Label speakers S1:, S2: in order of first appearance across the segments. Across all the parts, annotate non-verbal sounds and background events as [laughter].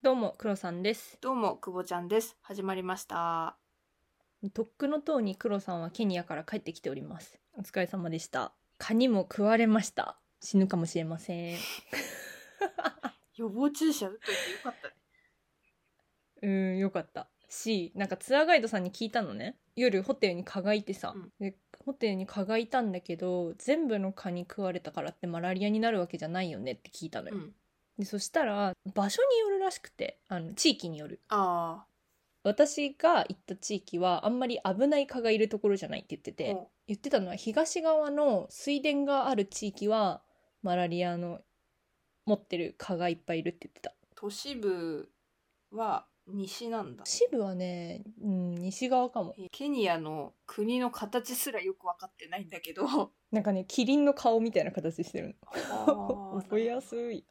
S1: どうも、黒さんです。
S2: どうも、くぼちゃんです。始まりました。
S1: とっくの塔に黒さんはケニアから帰ってきております。お疲れ様でした。蚊にも食われました。死ぬかもしれません。
S2: 予防注射打っといてよかったね。
S1: うーん、よかった。し、なんかツアーガイドさんに聞いたのね。夜ホテルに蚊がいてさ、
S2: うん
S1: でホテルに蚊がいたんだけど全部の蚊に食われたからってマラリアになるわけじゃないよねって聞いたのよ、
S2: うん。
S1: でそしたら場所によるらしくてあの地域による
S2: あ
S1: 私が行った地域はあんまり危ない蚊がいるところじゃないって言って
S2: あ。
S1: て、
S2: も
S1: 言ってたのは東側の水田がある地域はマラリアの持ってる蚊がいっぱいいるって言ってた
S2: う都市部は西なんだ。
S1: 支部はね、うん、西側かも
S2: えケニアの国の形すらよく分かってないんだけど。
S1: なんかねキリンの顔みたいな形してるの覚えや
S2: い。
S1: すい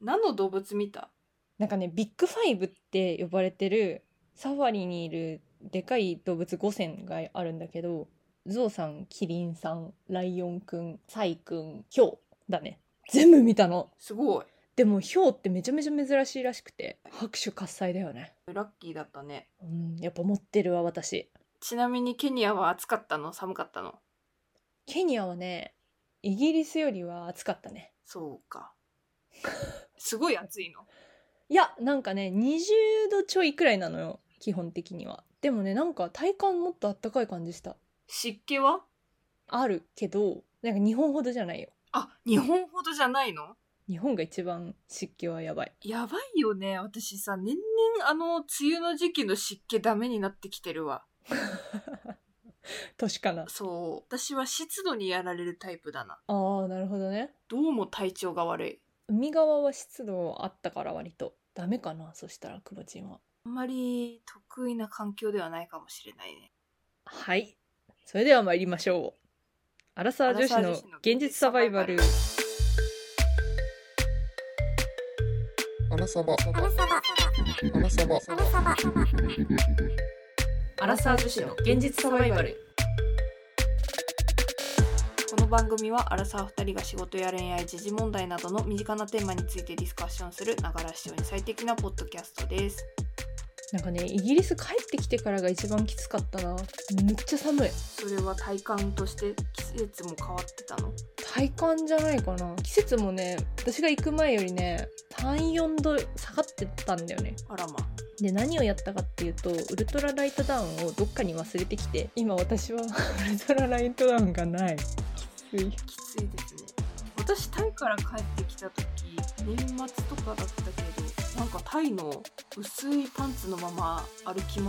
S2: 何の動物見た
S1: なんかねビッグファイブって呼ばれてるサファリにいるでかい動物5選があるんだけどゾウさんキリンさんライオンくんサイくんヒョウだね全部見たの
S2: すごい。
S1: でもヒョウってめちゃめちゃ珍しいらしくて拍手喝采だよね
S2: ラッキーだったね。
S1: うんやっぱ持ってるわ私
S2: ちなみにケニアは暑かったの寒かったの
S1: ケニアはねイギリスよりは暑かったね
S2: そう [laughs] か。すごい暑いの。
S1: いやなんかね20度ちょいくらいなのよ基本的にはでもねなんか体感もっと暖かい感じした
S2: 湿気は
S1: あるけどなんか日本ほどじゃないよ
S2: あ、日本ほどじゃないの
S1: 日本が一番湿気はやばい
S2: やばいよね。私さ、年々あの、梅雨の時期の湿気ダメになってきてるわ。
S1: 年かな
S2: そう。私は湿度にやられるタイプだな。
S1: あーなるほどね
S2: どうも体調が悪い。
S1: 海側は湿度あったから割とダメかなそしたらクロチンは
S2: あんまり得意な環境ではないかもしれないね。
S1: はいそれでは参りましょうアラサー女子
S2: アラ
S1: の
S2: サー女子の
S1: 現実サバイバル
S3: アラサバ。アラサバ。アラサバ。
S1: アラサー女子の現実サバイバル
S2: この番組はアラサー2人が仕事や恋愛時事問題などの身近なテーマについてディスカッションするながら視聴に最適なポッドキャストです
S1: なんかねイギリス帰ってきてからが一番きつかったなめっちゃ寒い
S2: それは体感として季節も変わってたの
S1: 体感じゃないかな季節もね私が行く前よりね34度下がってたんだよね
S2: あらま
S1: で何をやったかっていうとウルトラライトダウンをどっかに忘れてきて今私は [laughs] ウルトラライトダウンがないきつい
S2: きついですね私タイから帰ってきた時年末とかだったけどなんかタイの薄いパンツのまま歩き回っ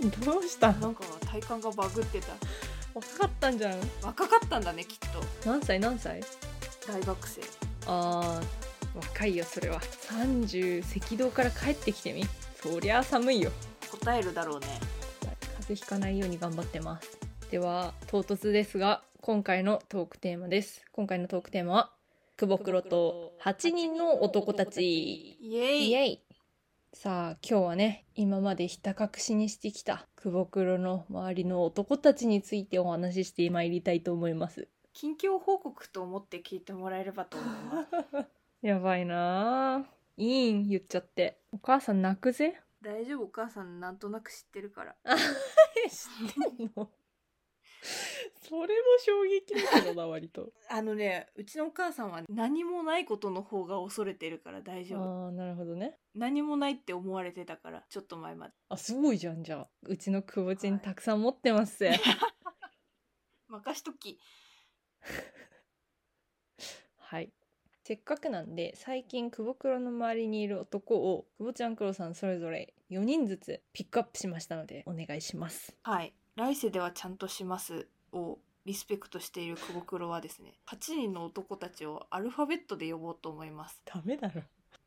S1: えー [laughs] どうした
S2: たな
S1: の
S2: んか体感がバグってた
S1: 若かったんじゃん
S2: 若かったんだねきっと
S1: 何歳何歳
S2: 大学生
S1: あー若いよそれは30赤道から帰ってきてみそりゃあ寒いよ
S2: 答えるだろうね
S1: 風邪ひかないように頑張ってますでは唐突ですが今回のトークテーマです今回のトークテーマは久保黒と8人の男たち
S2: イエイ
S1: イエイさあ今日はね今までひた隠しにしてきた久保黒の周りの男たちについてお話ししてまいりたいと思います [laughs]
S2: 近況報告と思って聞いてもらえればと思います
S1: やばいなあいいん言っちゃってお母さん泣くぜ
S2: [laughs] 大丈夫お母さんなんとなく知ってるから
S1: 知ってんのそれも衝撃だけどな割と
S2: あのねうちのお母さんは何もないことの方が恐れてるから大丈夫
S1: ああなるほどね
S2: 何もないって思われてたからちょっと前まで
S1: あすごいじゃんじゃあうちのくぼちん
S2: はい
S1: たくさん持ってますはい、
S2: 任しとき
S1: せっかくなんで最近くぼくろの周りにいる男をくぼちゃんくろさんそれぞれ4人ずつピックアップしましたのでお願いします
S2: はい来世ではちゃんとしますをリスペクトしている久保黒はですね8人の男たちをアルファベットで呼ぼうと思います
S1: ダメだろ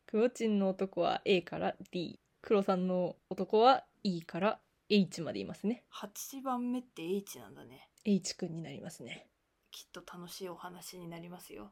S1: くぼちんの男は A から D くろさんの男は E から H までいますね
S2: 8番目って H なんだね
S1: H 君になりますね
S2: きっと楽しいお話になりますよ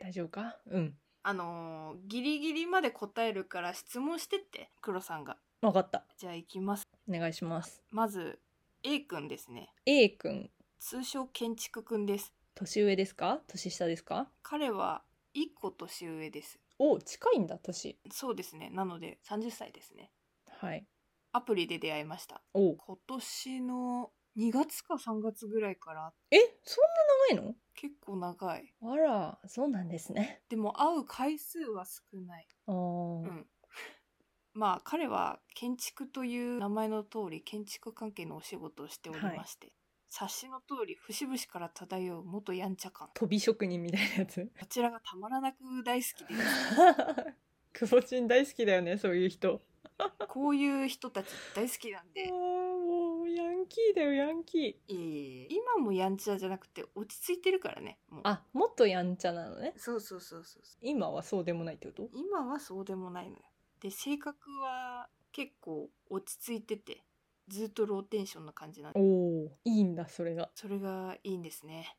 S1: 大丈夫かうん
S2: あのーギリギリまで答えるから質問してって黒さんが
S1: 分かった
S2: じゃあ行きます
S1: お願いします
S2: まず A 君ですね
S1: A 君
S2: 通称建築君です
S1: 年上ですか年下ですか
S2: 彼は1個年上です
S1: お近いんだ年
S2: そうですねなので30歳ですね
S1: はい
S2: アプリで出会いました
S1: お
S2: 今年の2月か3月ぐらいから
S1: えそんな長い
S2: 結構長い
S1: のあらそうなんですね
S2: でも会う回数は少ない
S1: あ
S2: う
S1: ー
S2: ん [laughs] まあ彼は建築という名前の通り建築関係のお仕事をしておりまして、察しの通り節々から漂う元やんちゃ感
S1: 飛び職人みたいなや [laughs] つ
S2: こちらがたまらなく大好きで [laughs]
S1: クボチン大好きだよねそういう人
S2: こういう人たち大好きなん
S1: あ
S2: で
S1: ーもうヤンキーだよヤンキー
S2: いえいえ今もやんちゃじゃなくて落ち着いてるからねもう
S1: あもっとやんちゃなのね
S2: そうそうそうそうそう
S1: 今はそうでもないってこと
S2: 今はそうでもないのよで性格は結構落ち着いててずっとローテンションな感じなんで
S1: おおいいんだそれが
S2: それがいいんですね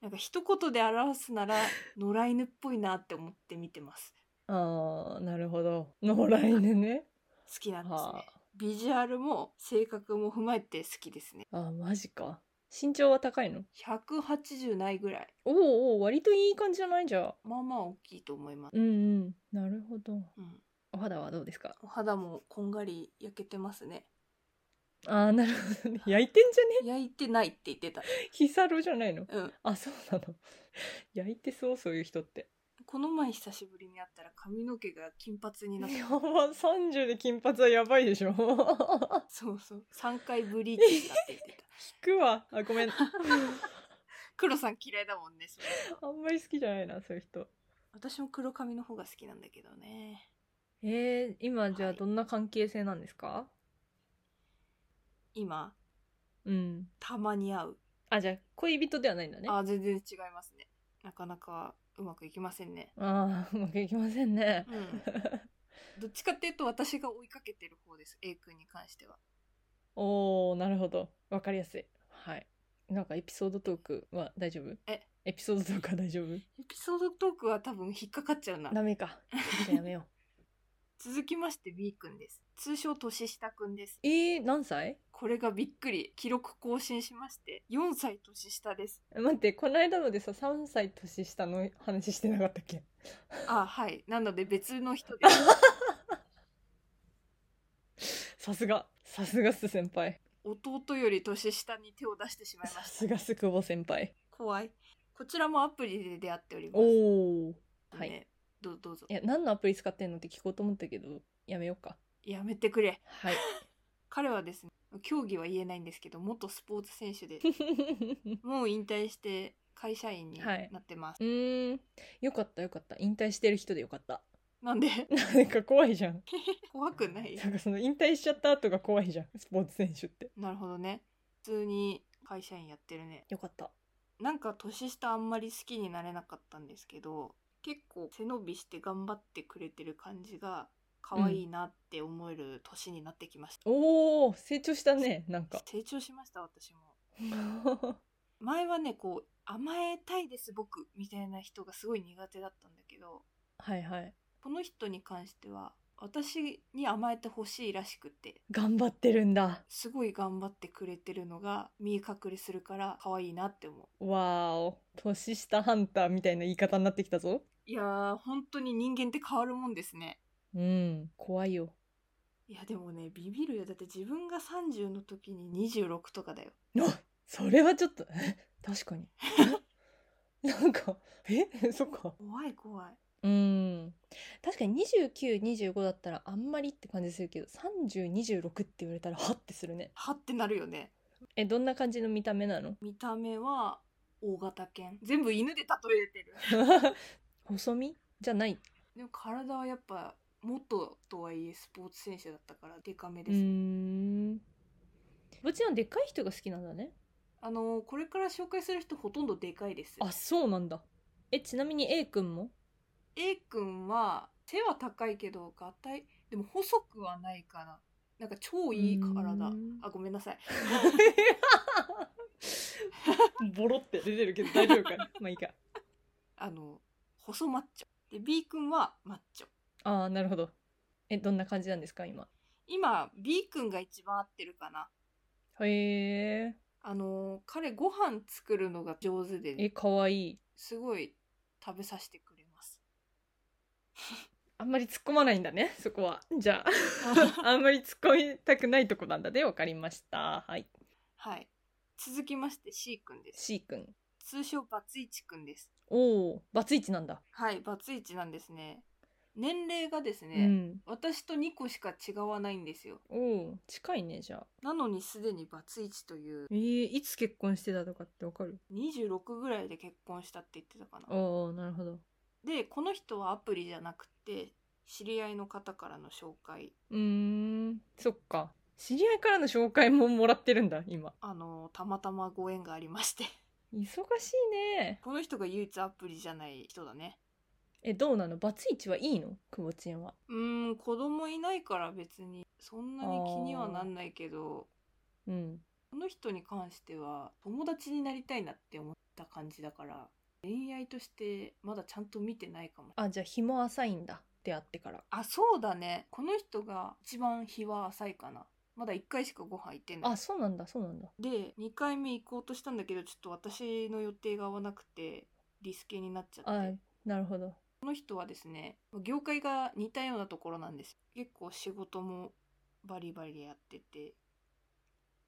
S2: なんか一言で表すなら野良犬っぽいなって思って見てます
S1: あーなるほど野良犬ね
S2: 好きなんです
S1: は
S2: ねビジュアルも性格も踏まえて好きですね
S1: ああマジか身長は高いの
S2: 180ないぐらい
S1: おーおー割といい感じじゃないじゃあ
S2: まあまあ大きいと思います、
S1: うんうんなるほど
S2: うん、
S1: お肌はどうですか
S2: お肌もこんがり焼けてますね
S1: ああなるほどね [laughs] 焼いてんじゃ
S2: 焼いてないって言ってた
S1: ね [laughs] ヒサロじゃないの
S2: うん
S1: あそうなの [laughs] 焼いてそうそういう人って
S2: この前久しぶりに会ったら髪の毛が金髪になって
S1: やば30で金髪はやばいでしょ [laughs] 聞
S2: そうそう3回ブリーチしたって言 [laughs] ってた
S1: くわあごめ [laughs] んあ
S2: 黒さん嫌いだもんねそれ
S1: んまり好きじゃないなそういう人
S2: 私も黒髪の方が好きなんだけどね
S1: えー、今じゃ
S2: は
S1: あ
S2: い
S1: どんな関係性なんですか、
S2: 今
S1: うん
S2: たまに会う
S1: あじゃあ恋人ではないんだねあ
S2: あ全然違いますねなかなかうまくいきませんね
S1: あーうまくいきません [laughs] ね
S2: うんどっちかっていうと私が追いかけてる方です A 君に関しては
S1: おーなるほどわかりやすいはいなんかエピソードトークは大丈夫
S2: え
S1: エピソードトークは大丈夫
S2: エピソードトークは多分引っかかっちゃうな
S1: ダメ [laughs] かじゃあやめよ
S2: 続きまして B 君です通称年下君です
S1: うえー、何歳
S2: これがびっくり記録更新しまして4歳年下です
S1: 待ってこの間のでさ3歳年下の話してなかったっけ
S2: あはいなので別の人です
S1: さすがさすがっす先輩
S2: 弟より年下に手を出してしまいま
S1: さ
S2: した
S1: すがっす久保先輩
S2: [laughs] 怖いこちらもアプリで出会っております
S1: おおはい
S2: ねどうどうぞ
S1: いや何のアプリ使ってんのって聞こうと思ったけどやめようか
S2: やめてくれ
S1: [laughs] はい
S2: 彼はですね競技は言えないんですけど元スポーツ選手 [laughs] でもう引退して会社員に
S1: はい
S2: なってます、
S1: うーんよかったよかった引退してる人でよかった
S2: なんで
S1: なんか怖いじゃん
S2: 怖くない [laughs]
S1: なんかその引退しちゃった後が怖いじゃんスポーツ選手って
S2: なるほどね普通に会社員やってるね
S1: よかった
S2: なんか年下あんまり好きになれなかったんですけど結構背伸びして頑張ってくれてる感じが可愛いなって思える年になってきました、
S1: おお成長したねなん [laughs] か
S2: 成長しました私も前はねこう甘えたいです僕みたいな人がすごい苦手だったんだけど
S1: はいはい
S2: この人に関しては私に甘えてほしいらしくて
S1: 頑張ってるんだ
S2: すごい頑張ってくれてるのが見え隠れするから可愛いなって思う
S1: わーお年下ハンターみたいな言い方になってきたぞ
S2: いやー本当に人間って変わるもんですね
S1: うん怖いよ
S2: いやでもねビビるよだって自分が30の時に26とかだよ
S1: あそれはちょっとえ確かにえ [laughs] なんかえ [laughs] そっか
S2: 怖い怖い
S1: うん確かに2925だったらあんまりって感じするけど3026って言われたらハッてするね
S2: はってなるよね
S1: えどんな感じの見た目な [laughs] の
S2: 見た目は大型犬全部犬で例えてる
S1: 細身じゃない
S2: でも体はやっぱ元とはいえスポーツ選手だったからデカめ
S1: う
S2: です、
S1: ーんぼちゃんでっかい人が好きなんだね
S2: あのーこれから紹介する人ほとんどでかいです
S1: あそうなんだえちなみに A 君も
S2: A 君は背は高いけど合体でも細くはないかななんか超いいう
S1: ー
S2: 体
S1: ん
S2: あごめんなさい
S1: [laughs] ボロって出てるけど大丈夫かな [laughs] まあいいか
S2: あの細マッチョで B 君はマッチョ
S1: ああなるほどえどんな感じなんですか今
S2: 今 B 君が一番合ってるかな
S1: へー
S2: あのー彼ご飯作るのが上手で
S1: えかわいい
S2: すごい食べさせてくれ
S1: [laughs] あんまり突っ込まないんだねそこはじゃ [laughs] ああんまり突っ込みたくないとこなんだねわかりましたはい
S2: はい続きまして C 君です
S1: C 君
S2: 通称バツイチ君です
S1: おおバツイチなんだ、
S2: はいバツイチなんですね年齢がですね、
S1: うん
S2: 私と2個しか違わないんですよ
S1: おお近いねじゃあ
S2: なのにすでにバツイチという
S1: えー、いつ結婚してたとかってわかる
S2: 26ぐらいで結婚したって言ってたかな
S1: ああなるほど
S2: でこの人はアプリじゃなくて知り合いの方からの紹介
S1: うーんそっか知り合いからの紹介ももらってるんだ今
S2: あのたまたまご縁がありまして [laughs]
S1: 忙しいね
S2: この人が唯一アプリじゃない人だね
S1: えどうなのバツイチはいいの久保ちんは
S2: うーん子供いないから別にそんなに気にはなんないけど
S1: うん
S2: この人に関しては友達になりたいなって思った感じだから恋愛としてまだちゃんと見てないかも
S1: あじゃあ日も浅いんだ出会ってから
S2: あそうだねこの人が一番日は浅いかなまだ1回しかご飯行ってない
S1: あそうなんだそうなんだ
S2: で2回目行こうとしたんだけどちょっと私の予定が合わなくてリスケになっちゃっ
S1: あ
S2: て
S1: なるほど
S2: この人はですね業界が似たようなところなんです結構仕事もバリバリやってて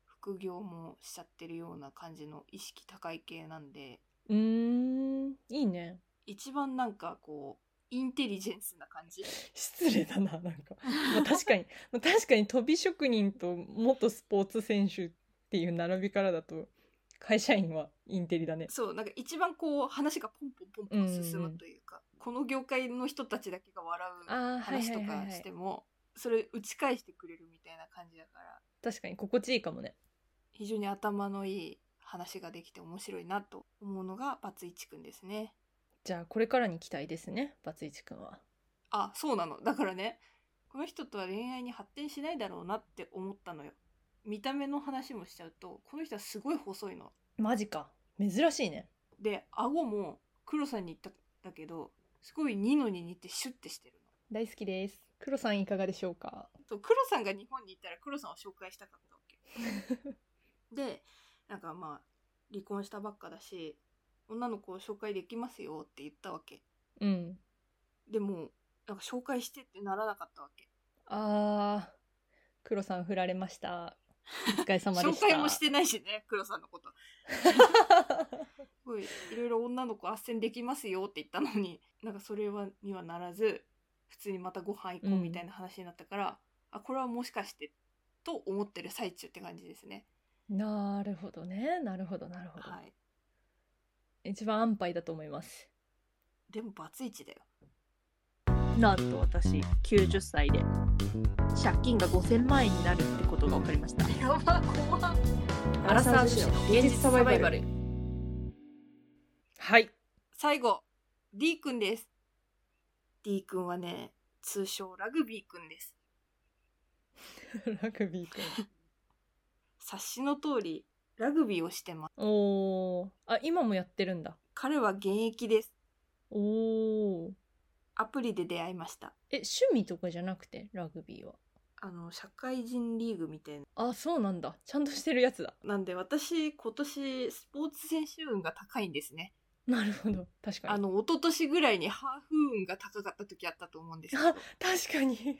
S2: 副業もしちゃってるような感じの意識高い系なんで
S1: うーんいいね
S2: 一番なんかこうインテリジェンスな感
S1: [laughs]
S2: じ
S1: 失礼だななんか、ま [laughs] あ、確かに、まあ、確かに飛び職人と元スポーツ選手っていう並びからだと会社員はインテリだね
S2: そうなんか一番こう話がポンポンポンポン進むというか、この業界の人たちだけが笑う
S1: ああはい
S2: 話
S1: は
S2: と
S1: いはい、
S2: か
S1: は
S2: して
S1: い、
S2: もそれ打ち返してくれるみたいな感じだから
S1: 確かに心地いいかもね
S2: 非常に頭のいい話ができて面白いなと思うのがバツイチくんですね
S1: じゃあこれからに期待ですねバツイチくんは
S2: あそうなのだからねこの人とは恋愛に発展しないだろうなって思ったのよ見た目の話もしちゃうとこの人はすごい細いの
S1: マジか珍しいね
S2: で顎も黒さんに言ったんだけどすごい2の2にってシュッてしてるの
S1: 大好きです黒さんいかがでしょうか
S2: そう黒さんが日本にいたら黒さんを紹介したかったわけでなんかまあ離婚したばっかだし女の子を紹介できますよって言ったわけ
S1: うん
S2: でもなんか紹介してってならなかったわけ
S1: あー黒さん振られましたお疲れ様でした [laughs]
S2: 紹介もしてないしね黒さんのことすごいいろいろ女の子斡旋できますよって言ったのに [laughs] なんかそれはにはならず普通にまたご飯行こうみたいな話になったから、あこれはもしかしてと思ってる最中って感じですね、
S1: [laughs] なるほどねなるほどなるほど、
S2: はい、
S1: 一番安牌だと思います
S2: でもバツイチだよ
S4: なんと私90歳で借金が5000万円になるってことが分かりま
S2: [laughs]
S4: した
S2: やば怖
S4: アラサー女子の現実サバイバル
S1: はい
S2: 最後 D 君です D 君はね通称ラグビー君です
S1: ラグビー君
S2: 察しの通りラグビーをしてます
S1: おーあ今もやってるんだ
S2: 彼は現役です
S1: おー
S2: アプリで出会いました
S1: え趣味とかじゃなくてラグビーは
S2: あの社会人リーグみたいな
S1: あそうなんだちゃんとしてるやつだ
S2: なんで私今年スポーツ選手運が高いんですね、
S1: なるほど確かに
S2: あの一昨年ぐらいにハーフ運が高かった時あったと思うんですけど
S1: あ確かに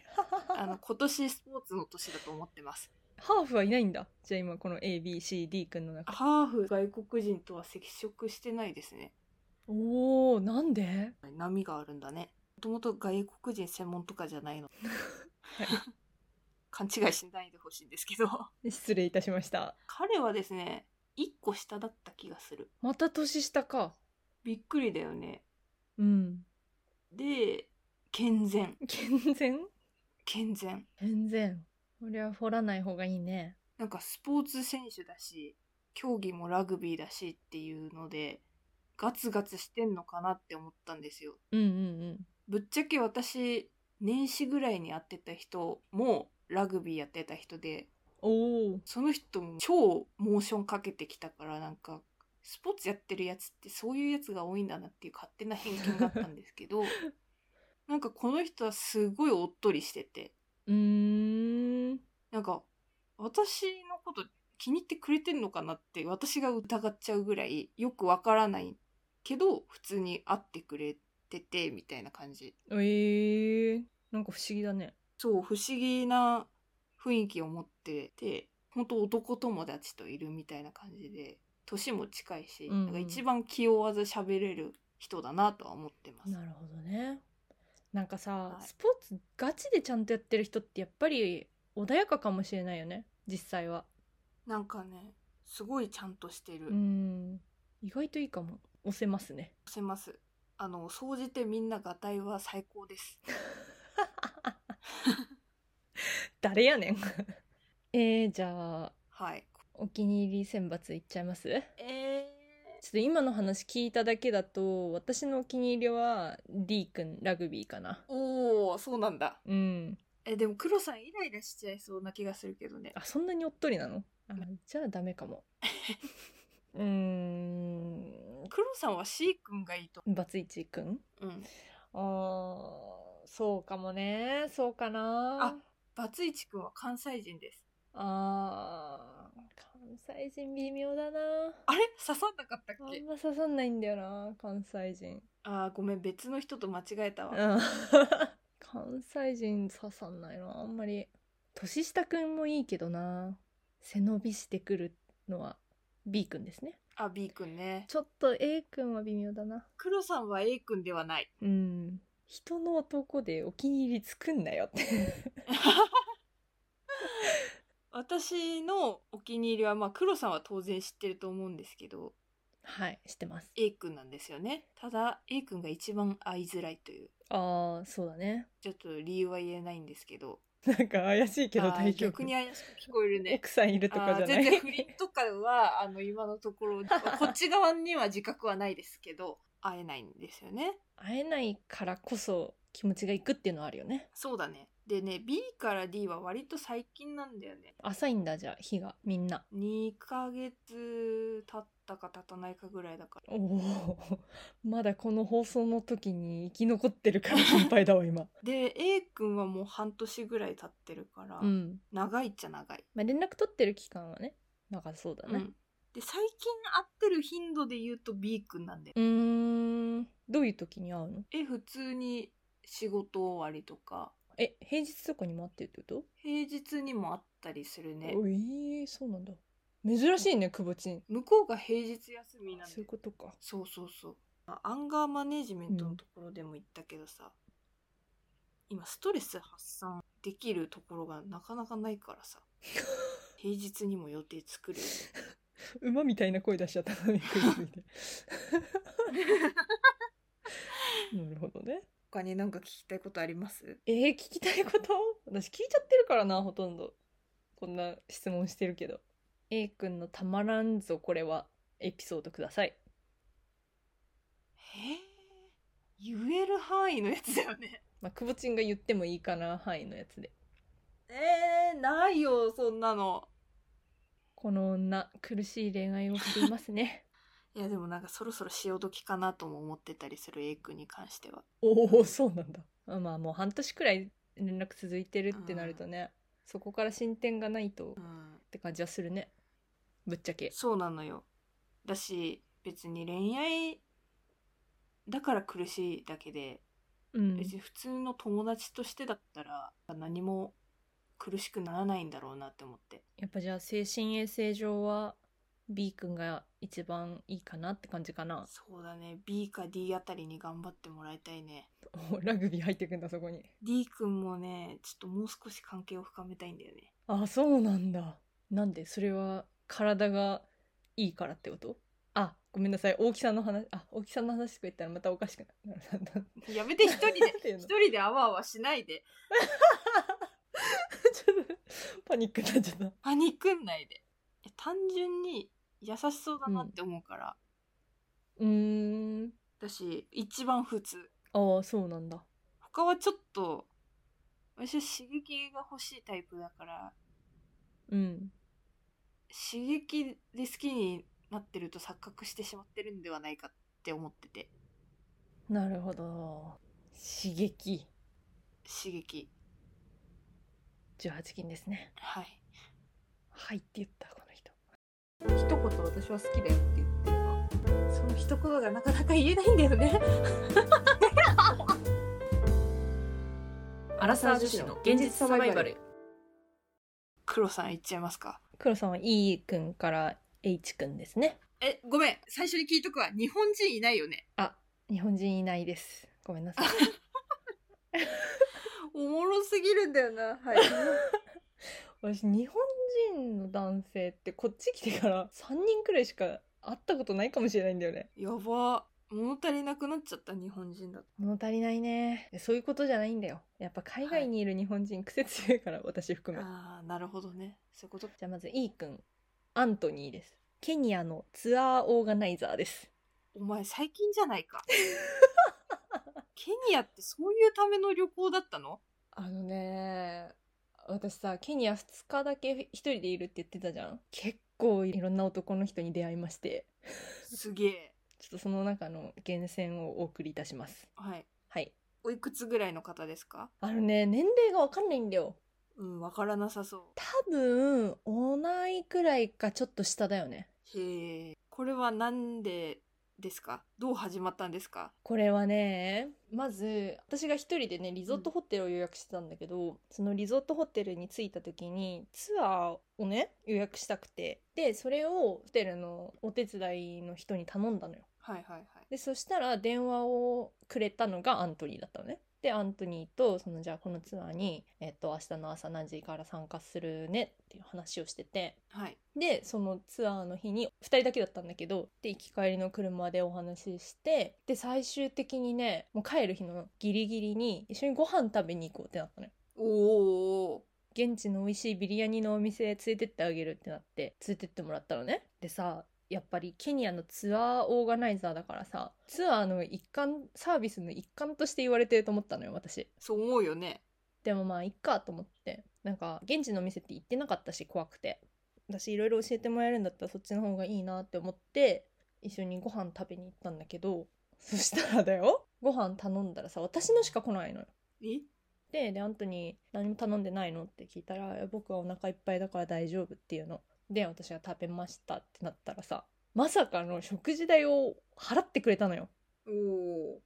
S2: あの今年スポーツの年だと思ってます
S1: [laughs] ハーフはいないんだじゃあ今この ABCD 君の中
S2: ハーフ外国人とは接触してないですね
S1: おーなんで
S2: 波があるんだねもともと外国人専門とかじゃないの、 [laughs] 勘違いしないでほしいんですけど
S1: 失礼いたしました
S2: 彼はですね1個下だった気がする
S1: また年下か
S2: びっくりだよね
S1: うん
S2: で健全
S1: 健全
S2: 健全
S1: 健全これは掘らない方がいいね
S2: なんかスポーツ選手だし競技もラグビーだしっていうのでガツガツしてんのかなって思ったんですよ
S1: うんうんうん
S2: ぶっちゃけ私年始ぐらいに会ってた人もラグビーやってた人で
S1: おお
S2: その人も超モーションかけてきたからなんかスポーツやってるやつってそういうやつが多いんだなっていう勝手な偏見があったんですけどなんかこの人はすごいおっとりしてて
S1: うーん
S2: なんか私のこと気に入ってくれてんのかなって私が疑っちゃうぐらいよくわからないけど普通に会ってくれっててみたいな感じ
S1: えー、なんか不思議だね。
S2: そう不思議な雰囲気を持ってて本当男友達といるみたいな感じで年も近いし、
S1: うんうん
S2: なんか一番気負わず喋れる人だなとは思ってます。
S1: なるほどね。なんかさ、
S2: はい
S1: スポーツガチでちゃんとやってる人ってやっぱり穏やかかもしれないよね実際は。
S2: なんかねすごいちゃんとしてる、
S1: うん意外といいかも押せますね。
S2: せますあの総じてみんながたいは最高です
S1: 誰やねん。 [laughs] えー、じゃあ
S2: はい
S1: お気に入り選抜いっちゃいます
S4: え
S1: ちょっと今の話聞いただけだと私のお気に入りは D 君ラグビーかな。
S2: おおそうなんだ
S1: うん。
S2: えでも黒さんイライラしちゃいそうな気がするけどね
S1: あそんなにおっとりなのあじゃあダメか [laughs] も。うーん
S2: 黒さんは C 君がいいと
S1: バツイチ君
S2: うん
S1: あーそうかもねそうかな
S2: バツイチ君は関西人です
S1: あー関西人微妙だな
S2: あれ刺さんなかったっ
S1: あん
S2: け
S1: ま刺さんないんだよな関西人
S2: あーごめん別の人と間違えた
S1: うん [laughs]
S2: わ
S1: 関西人刺さんないなあんまり年下くんもいいけどな背伸びしてくるのは B 君ですね
S2: あ B 君ね
S1: ちょっと A 君は微妙だな
S2: 黒さんは A 君ではない
S1: うん人の男でお気に入り作んなよって
S2: [laughs] 私のお気に入りはまあ黒さんは当然知ってると思うんですけど
S1: [laughs] はい知ってます
S2: A 君なんですよねただ A 君が一番会いづらいという
S1: ああそうだね
S2: ちょっと理由は言えないんですけど
S1: なんか怪しいけど
S2: あー
S1: 大丈夫
S2: 逆に怪しく聞こえるね
S1: 奥さんいるとか
S2: あ
S1: じ
S2: ー
S1: ゃな
S2: 全
S1: い
S2: 然不倫とかはあ [laughs] の今のところこっち側には自覚はないですけど会えないんですよね
S1: [laughs] 会えないからこそ気持ちがいくっていうのはあるよね
S2: そうだねでね B から D は割と最近なんだよね
S1: 浅いんだじゃあ日がみんな
S2: 2ヶ月経ったか経たないかぐらいだから
S1: おお [laughs] まだこの放送の時に生き残ってるから心配だわ今
S2: で A 君はもう半年ぐらい経ってるか
S1: [laughs]
S2: ら、
S1: うん、
S2: 長いっちゃ長い、
S1: まあ、連絡取ってる期間はね長そうだ
S2: う
S1: ね
S2: んで最近会ってる頻度で言うと B 君なんで
S1: うーんどういう時に会うの
S2: え普通に仕事終わりとか
S1: え平日とかにも会ってるってこと
S2: 平日にもあったりするね
S1: おえー、そうなんだ珍しいねくぼちん
S2: 向こうが平日休みなんで
S1: そういうことか
S2: そうそうそうあアンガーマネジメントのところでも言ったけどさ、今ストレス発散できるところがなかなかないから [laughs] さ平日にも予定作るよね
S1: 馬みたいな声出しちゃったのに食いつい [laughs] てなるほどね
S2: 他に何か聞きたいことあります
S1: えー、聞きたいこと [laughs] 私聞いちゃってるからなほとんどこんな質問してるけど A 君のたまらんぞこれはエピソードください
S2: へえ言える範囲のやつだよね
S1: まあ、くぼちんが言ってもいいかな範囲のやつで
S2: えー、ないよそんなの
S1: この女苦しい恋愛をしていますね
S2: いやでもなんかそろそろ潮時かなとも思ってたりする A 君に関しては
S1: [laughs] おおそうなんだまあもう半年くらい連絡続いてるってなるとね、そこから進展がないと
S2: う
S1: っ
S2: ん
S1: て感じはするねぶっちゃけ
S2: そうなのよだし別に恋愛だから苦しいだけで、
S1: うん
S2: 別に普通の友達としてだったら何も苦しくならないんだろうなって思って
S1: やっぱじゃあ精神衛生上は B 君が一番いいかなって感じかな
S2: そうだね B か D あたりに頑張ってもらいたいね
S1: お [laughs] ラグビー入ってくんだそこに
S2: D 君もねちょっともう少し関係を深めたいんだよね [laughs]
S1: あそうなんだなんでそれは体がいいからってことあごめんなさい大木さんの話あ大木さんの話とか言ったらまたおかしくなるなんだ [laughs] なんだ
S2: やめて一人
S1: [laughs]
S2: で
S1: なんていう
S2: 一
S1: の
S2: 人であわあわしないで
S1: ちょっとパニックになっちゃった
S2: パニクんないでいや単純に優しそうだなって思うから、
S1: うーん
S2: だし一番普通
S1: ああそうなんだ
S2: 他はちょっと私は刺激が欲しいタイプだから
S1: うん
S2: 刺激で好きになってると錯覚してしまってるんではないかって思ってて
S1: なるほど刺激
S2: 刺激
S1: 18禁ですね
S2: はい
S1: はいって言ったこの人
S4: ー、一言私は好きだよって言ってるか
S2: その一言がなかなか言えないんだよね
S4: アラサー女子の現実サバイバル
S2: 黒さんいっちゃいますか
S1: 黒さんは E 君から H 君ですね
S2: えごめん最初に聞いとくわ日本人いないよね
S1: 日本人いないですごめんなさい
S2: おもろすぎるんだよなはい
S1: 私日本人の男性ってこっち来てから3人くらいしか会ったことないかもしれないんだよね
S2: [laughs] やば物足りなくなっちゃった日本人だと
S1: 物足りないねそういうことじゃないんだよやっぱ海外にいる日本人癖強いから私含め
S2: ああなるほどねそういうこと
S1: じゃあまず E 君アントニーですケニアのツアーオーガナイザーです
S2: お前最近じゃない [laughs] かケニアってそういうための旅行だったの
S1: あのね私さケニア2日だけ一人でいるって言ってたじゃん結構いろんな男の人に出会いまして
S2: すげえ
S1: ちょっとその中の厳選をお送りいたします
S2: はい
S1: はい
S2: おいくつぐらいの方ですか
S1: あのね年齢がわかんないんだよ
S2: うんわからなさそ
S1: 多分同いくらいかちょっと下だよね
S2: うへえこれはなんでですかどう始まったんですか
S1: これはねまず私が一人でねリゾートホテルを予約してたんだけど、そのリゾートホテルに着いた時にツアーをね予約したくてでそれをホテルのお手伝いの人に頼んだのよ
S2: はいはいはい
S1: でそしたら電話をくれたのがアントニーだったのねでアントニーとそのじゃあこのツアーに、えっと、明日の朝何時から参加するねっていう話をしてて
S2: はい
S1: でそのツアーの日に2人だけだったんだけどで行き帰りの車でお話ししてで最終的にねもう帰る日のギリギリに一緒にご飯食べに行こうってなったのよ
S2: おーお
S1: 現地の美味しいビリヤニのお店へ連れてってあげるってなって連れてってもらったのねでさやっぱりケニアのツアーオーガナイザーだからさツアーの一環サービスの一環として言われてると思ったのよ私
S2: ーそう思うよね
S1: でもまあいっかと思ってなんか現地のお店って行ってなかったし怖くて私いろいろ教えてもらえるんだったらそっちの方がいいなって思って一緒にご飯食べに行ったんだけどそしたらだよご飯頼んだらさ私のしか来ないのよ
S2: え
S1: ででアントニー何も頼んでないのって聞いたらいや僕はお腹いっぱいだから大丈夫っていうので私が食べましたってなったらさまさかの食事代を払ってくれたのよ
S2: おお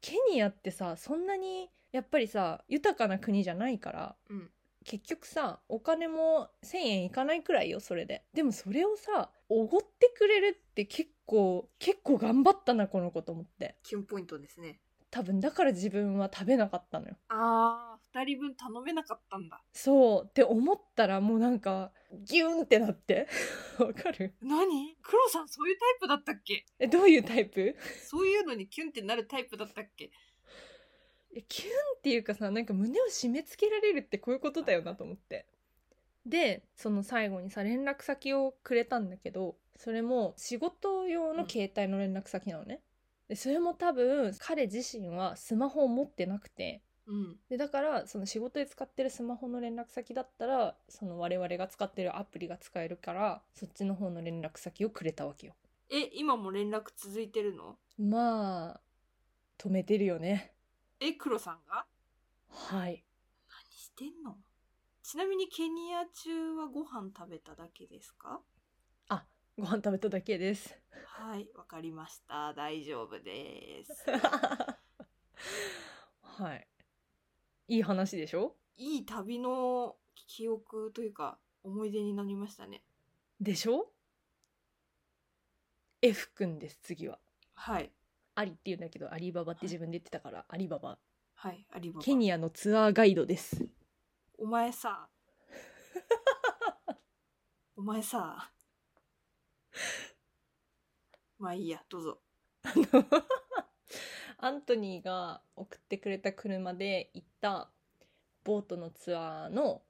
S1: ケニアってさそんなにやっぱりさ豊かな国じゃないから、
S2: うん
S1: 結局さお金も1,000円いかないくらいよそれででもそれをさおごってくれるって結構結構頑張ったなこの子と思って
S2: キュンポイントですね
S1: 多分だから自分は食べなかったのよ
S2: ああ2人分頼めなかったんだ
S1: そうって思ったらもうなんかギューンってなって [laughs] わかる
S2: 何黒さんそういうタイプだったっけ
S1: えどういうタイプ
S2: そういうのにキュンってなるタイプだったっけ
S1: えキュンっていうかさなんか胸を締め付けられるってこういうことだよなと思ってでその最後にさ連絡先をくれたんだけどそれも仕事用の携帯の連絡先なのね、でそれも多分彼自身はスマホを持ってなくて
S2: うん
S1: でだからその仕事で使ってるスマホの連絡先だったらその我々が使ってるアプリが使えるからそっちの方の連絡先をくれたわけよ
S2: え今も連絡続いてるの
S1: まあ止めてるよね
S2: え黒さんが
S1: はい
S2: 何してんのちなみにケニア中はご飯食べただけですか
S1: ご飯食べただけです [laughs]
S2: はいわかりました大丈夫です [laughs]
S1: はい。いい話でしょ
S2: いい旅の記憶というか思い出になりましたね
S1: でしょ ?F 君です、次は。
S2: はい
S1: アリって言うんだけど、アリババって自分で言ってたから、アリババ。
S2: はいありばば
S1: ケニアのツアーガイドです。
S2: お前 [laughs] さお前さまあいいやどうぞ
S1: あの [laughs] アントニーが送ってくれた車で行ったボートのツアーの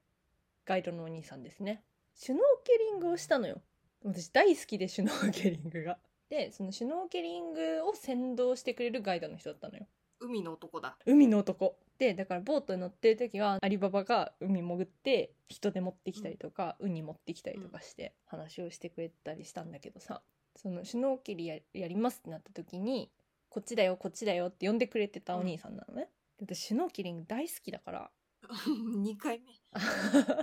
S1: ガイドのお兄さんですね。シュノーケリングをしたのよ。私大好きでシュノーケリングが。で、そのシュノーケリングを先導してくれるガイドの人だったのよ。
S2: 海の男だ [laughs]
S1: 海の男でだからボートに乗ってる時はアリババが海潜って人手持ってきたりとか、ウニ持ってきたりとかして話をしてくれたりしたんだけどさそのシュノーケルややりますってなった時にこっちだよこっちだよって呼んでくれてたお兄さんなのね、で私シュノーケリング大好きだから
S2: 2回目
S1: [laughs]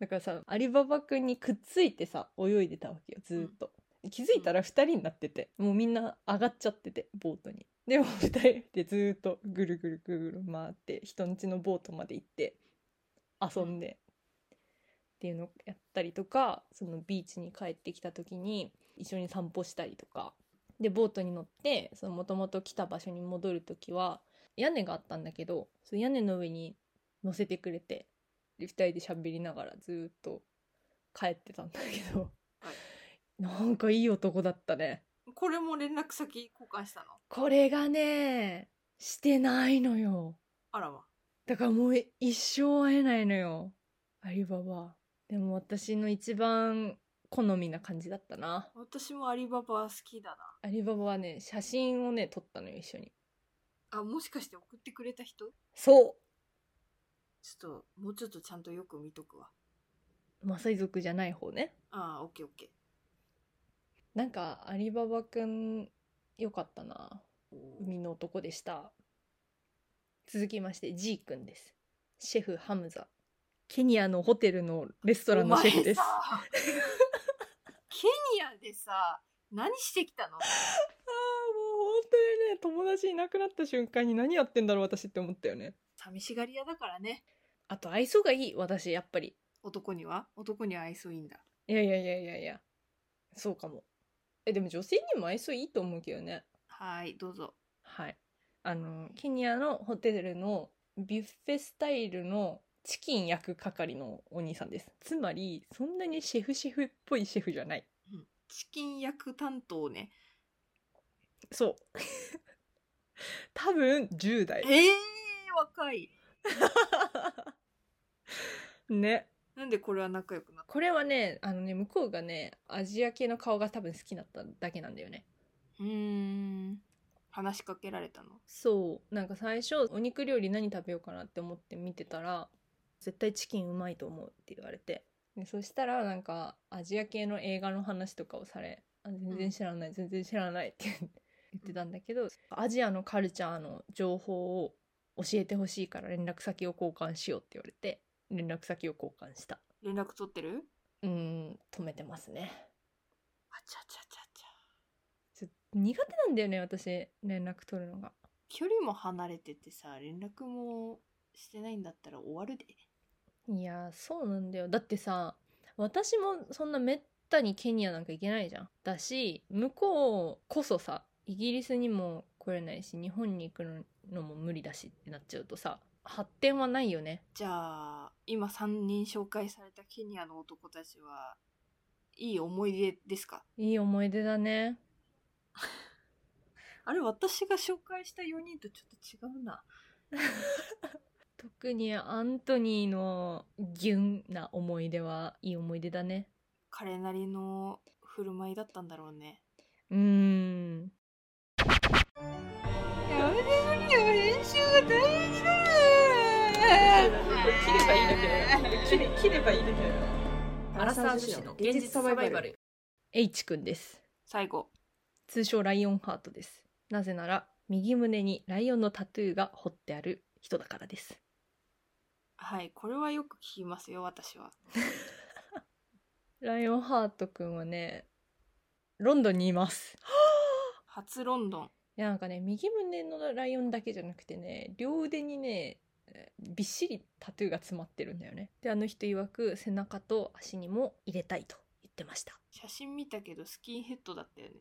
S1: だからさアリババくんにくっついてさ泳いでたわけよずーっと、気づいたら2人になっててもうみんな上がっちゃっててボートにでも2人でずーっとぐるぐるぐるぐる回って人ん家のボートまで行って遊んでっていうのをやったりとかそのビーチに帰ってきた時に一緒に散歩したりとかでボートに乗ってもともと来た場所に戻る時は屋根があったんだけどその屋根の上に乗せてくれてで2人で喋りながらずーっと帰ってたんだけど、
S2: は
S1: なんかいい男だったね。
S2: これも連絡先交換したの
S1: これがねしてないのよ
S2: あらま
S1: だからもう一生会えないのよアリババでも私の一番好みな感じだったな
S2: 私もアリババ好きだ
S1: アリババはね写真をね撮ったのよ一緒に
S2: なあもしかして送ってくれた人
S1: そ
S2: ちょっともうちょっとちゃんとよく見とくわ
S1: うマサイ族じゃない方ね
S2: ああオッケーオッケ
S1: なんかアリババくんよかったな海の男でした続きまして G くんですシェフハムザケニアのホテルのレスト
S2: ー
S1: ランのシェフです
S2: お前さケニアでさ何してきたの
S1: ああ、もう本当にね、友達いなくなった瞬間に何やってんだろう私って思ったよね。
S2: 寂しがり屋だからね
S1: あと愛想がいい、私、やっぱり。
S2: 男には男には愛想いいんだ
S1: いやいやいやいやいや。そうかも。え、でも女性にも愛想いいと思うけどね。
S2: はーいどうぞ
S1: はい。あの、ケニアのホテルのビュッフェスタイルのチキン焼く係のお兄さんです。つまり、そんなにシェフシェフっぽいシェフじゃない。
S2: チキン役担当ね
S1: そう。 [laughs] 多分、10代。
S2: ええー、若い
S1: ね。
S2: なんでこれは仲良くなっ
S1: これはねあのね向こうがねアジア系の顔が多分好きだっただけなんだよね
S2: たうーん話しかけられたの
S1: そうなんか最初お肉料理何食べようかなって思って見てたら絶対チキンうまいと思うって言われてでそしたらなんかアジア系の映画の話とかをされあ全然知らない全然知らないって言ってたんだけどアジアのカルチャーの情報を教えてほしいから連絡先を交換しようって言われて連絡先を交換した
S2: 連絡取ってる
S1: うーん止めてますね
S2: あちゃちゃちゃちゃ
S1: ちょ苦手なんだよね私連絡取るのが
S2: 距離も離れててさ連絡もしてないんだったら終わるで
S1: いやーそうなんだよだってさ私もそんなめったにケニアなんか行けないじゃんだし向こうこそさイギリスにも来れないし日本に行くのも無理だしってなっちゃうとさ発展はないよね
S2: じゃあ今3人紹介されたケニアの男たちはいい思い出ですか
S1: いい思い出だね
S2: あれ私が紹介した4人とちょっと違うな
S1: 特にアントニーのギュンな思い出はいい思い出だね
S2: 彼なりの振る舞いだったんだろうね
S1: うーん
S2: やめてくれよ編集が大事だよ
S4: 切ればいいだけだよ切れ切ればいいだけだよアラサー女子の現実サバイバル
S1: H 君です
S2: 最後
S1: 通称ライオンハートですなぜなら右胸にライオンのタトゥーが彫ってある人だからです
S2: はいこれはよく聞きますよ私は
S1: ライオンハートくんはねロンドンにいます
S2: 初ロンドン
S1: いやなんかね右胸のライオンだけじゃなくてね両腕にねえーびっしりタトゥーが詰まってるんだよねであの人曰く背中と足にも入れたいと言ってました
S2: 写真見たけどスキンヘッドだったよね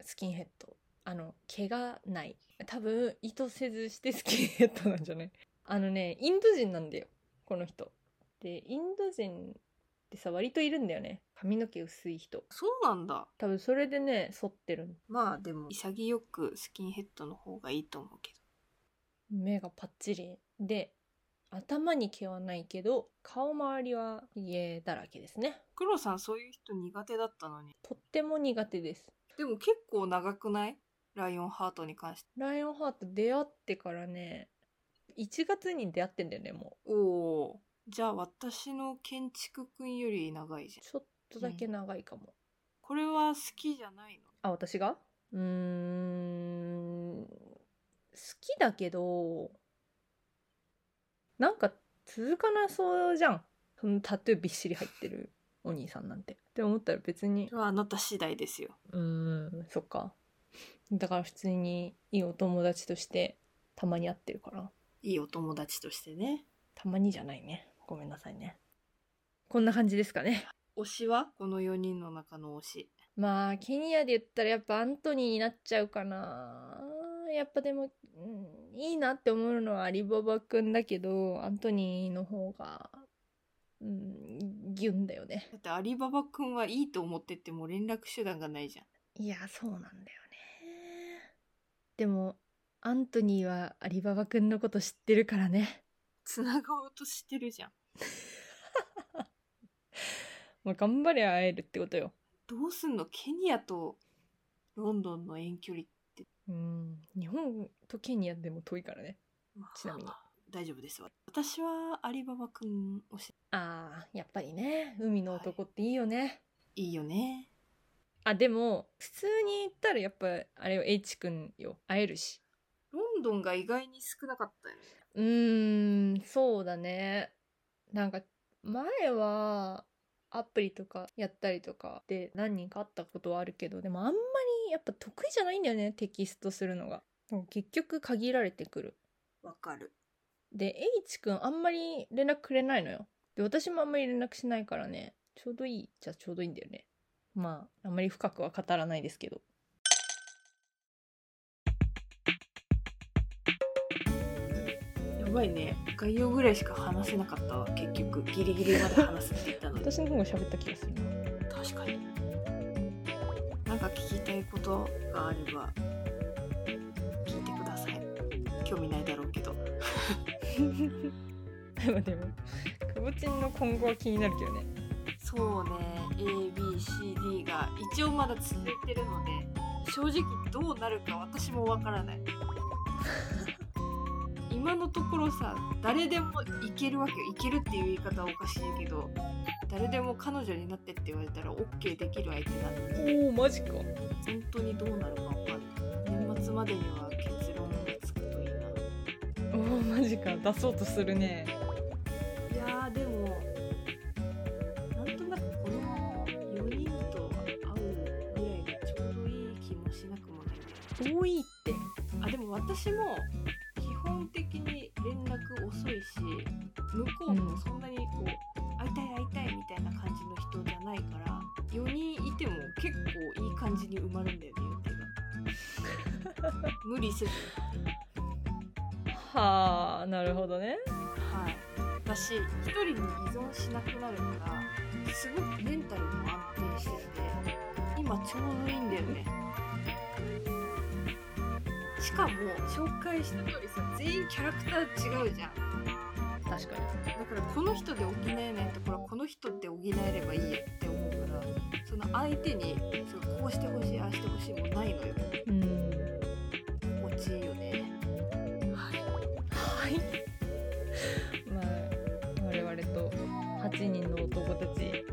S1: スキンヘッドあの毛がない多分意図せずしてス [laughs] キンヘッドなんじゃないあのねインド人なんだよこの人でインド人ってさ割といるんだよね髪の毛薄い人
S2: そうなんだ
S1: 多分それでね剃ってる
S2: まあでも潔くスキンヘッドの方がいいと思うけど
S1: 目がパッチリで頭に毛はないけど顔周りは家だらけですね
S2: 黒さんそういう人苦手だったのに
S1: とっても苦手です
S2: でも結構長くないライオンハートに関して
S1: ライオンハート出会ってからね1月に出会ってんだよねもう
S2: おおじゃあ私の建築くんより長いじゃん
S1: ちょっとだけ長いかも、
S2: これは好きじゃないの
S1: あ、私がうーん、好きだけど、なんか続かなそうじゃん。そのタトゥーびっしり入ってるお兄さんなんて。って思ったら別に
S2: そ、れはあなた次第ですよ
S1: うーん、そっか。だから普通にいいお友達としてたまに会ってるから
S2: いいお友達としてね
S1: たまにじゃないねごめんなさいねこんな感じですかね
S2: 推しはこの4人の中の推し
S1: まあケニアで言ったらやっぱアントニーになっちゃうかなやっぱでも、うん、いいなって思うのはアリババくんだけどアントニーの方がうんギュンだよね
S2: だってアリババくんはいいと思ってても連絡手段がないじゃん
S1: いやそうなんだよねでもアントニーはアリババくんのこと知ってるからね
S2: つながおうとしてるじゃん
S1: もう頑張りゃ会えるってことよ
S2: どうすんのケニアとロンドンの遠距離
S1: うん日本とケニアでも遠いからね
S2: まあ
S1: ちなみに
S2: 大丈夫ですわ私はアリババくん推し
S1: あーやっぱりね海の男っていいよね、
S2: いいよね
S1: あでも普通に言ったらやっぱあれよ H 君よ会えるし
S2: ロンドンが意外に少なかったよね
S1: うーんそうだねなんか前はアプリとかやったりとかで何人か会ったことはあるけどでもあんまりやっぱ得意じゃないんだよねテキストするのがでも結局限られてくる
S2: わかる
S1: で H 君あんまり連絡くれないのよで私もあんまり連絡しないからねちょうどいいじゃちょうどいいんだよねまああんまり深くは語らないですけど
S2: やばいね概要ぐらいしか話せなかったわ結局ギリギリまで話せていたので
S1: 私の方が喋った気がするな [laughs]
S2: 確かになんか聞きたいことがあれば聞いてください興味ないだろうけど
S1: まあでもくぼちんの今後は気になるけどね
S2: そうね ABCD が一応まだ続いてるので正直どうなるか私もわからない今のところさ誰でもいけるわけよいけるっていう言い方はおかしいけど誰でも彼女になってって言われたら OK できる相手なんで
S1: おおマジか
S2: 本当にどうなるかわかんない年末までには結論がつくといいな
S1: おおマジか出そうとするね
S2: いやーでもなんとなくこの4人と会うぐらいがちょうどいい気もしなくもない
S1: 多いって
S2: あでも私も基本的に連絡遅いし向こうもそんなにこう、会いたい会いたいみたいな感じの人じゃないから4人いても結構いい感じに埋まるんだよね予定が無理せず
S1: はあなるほどね
S2: はい私一人に依存しなくなるからすごくメンタルも安定してて今ちょうどいいんだよねしかも紹介した通りさ全員キャラクター違うじゃん
S1: 確かに
S2: だからこの人で補えないところはこの人で補えればいいやって思うからその相手にそうこうしてほしいああしてほしいもないのよ
S1: うん
S2: 心地いいよねはい
S1: はいまあ我々と8人の男たち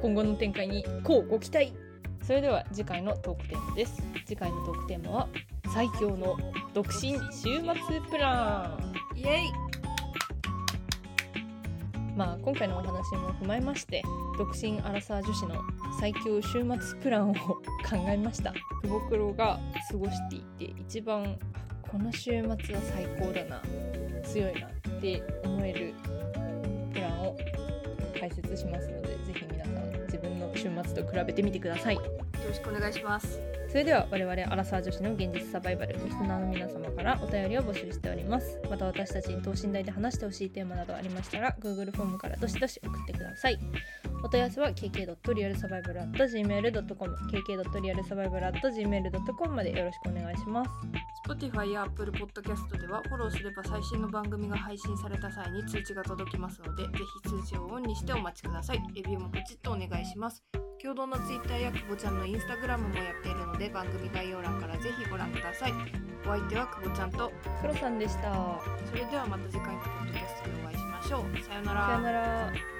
S1: 今後の展開にこうご期待それでは次回のトークテーマです次回のトークテーマは最強の独身週末プラン
S2: イエイ
S1: まあ、今回のお話も踏まえまして独身アラサー女子の最強週末プランを考えました久保黒が過ごしていて一番あこの週末は最高だな強いなって思えるプランを解説しますのでぜひ皆さん自分の週末と比べてみてください
S2: よろしくお願いします
S1: それでは我々アラサー女子の現実サバイバルリスナーの皆様からお便りを募集しておりますまた私たちに等身大で話してほしいテーマなどありましたら Google フォームからどしどし送ってくださいお問い合わせは kk.realsurvival.gmail.com kk.realsurvival.gmail.com までよろしくお願いします
S2: Spotify や Apple Podcast ではフォローすれば最新の番組が配信された際に通知が届きますのでぜひ通知をオンにしてお待ちくださいレビューもポチッとお願いします共同の Twitter や久保ちゃんの Instagram もやっているので番組概要欄からぜひご覧くださいお相手は久保ちゃんと
S1: 黒さんでした
S2: それではまた次回のポッドキャストでお会いしましょうさよう
S1: さよなら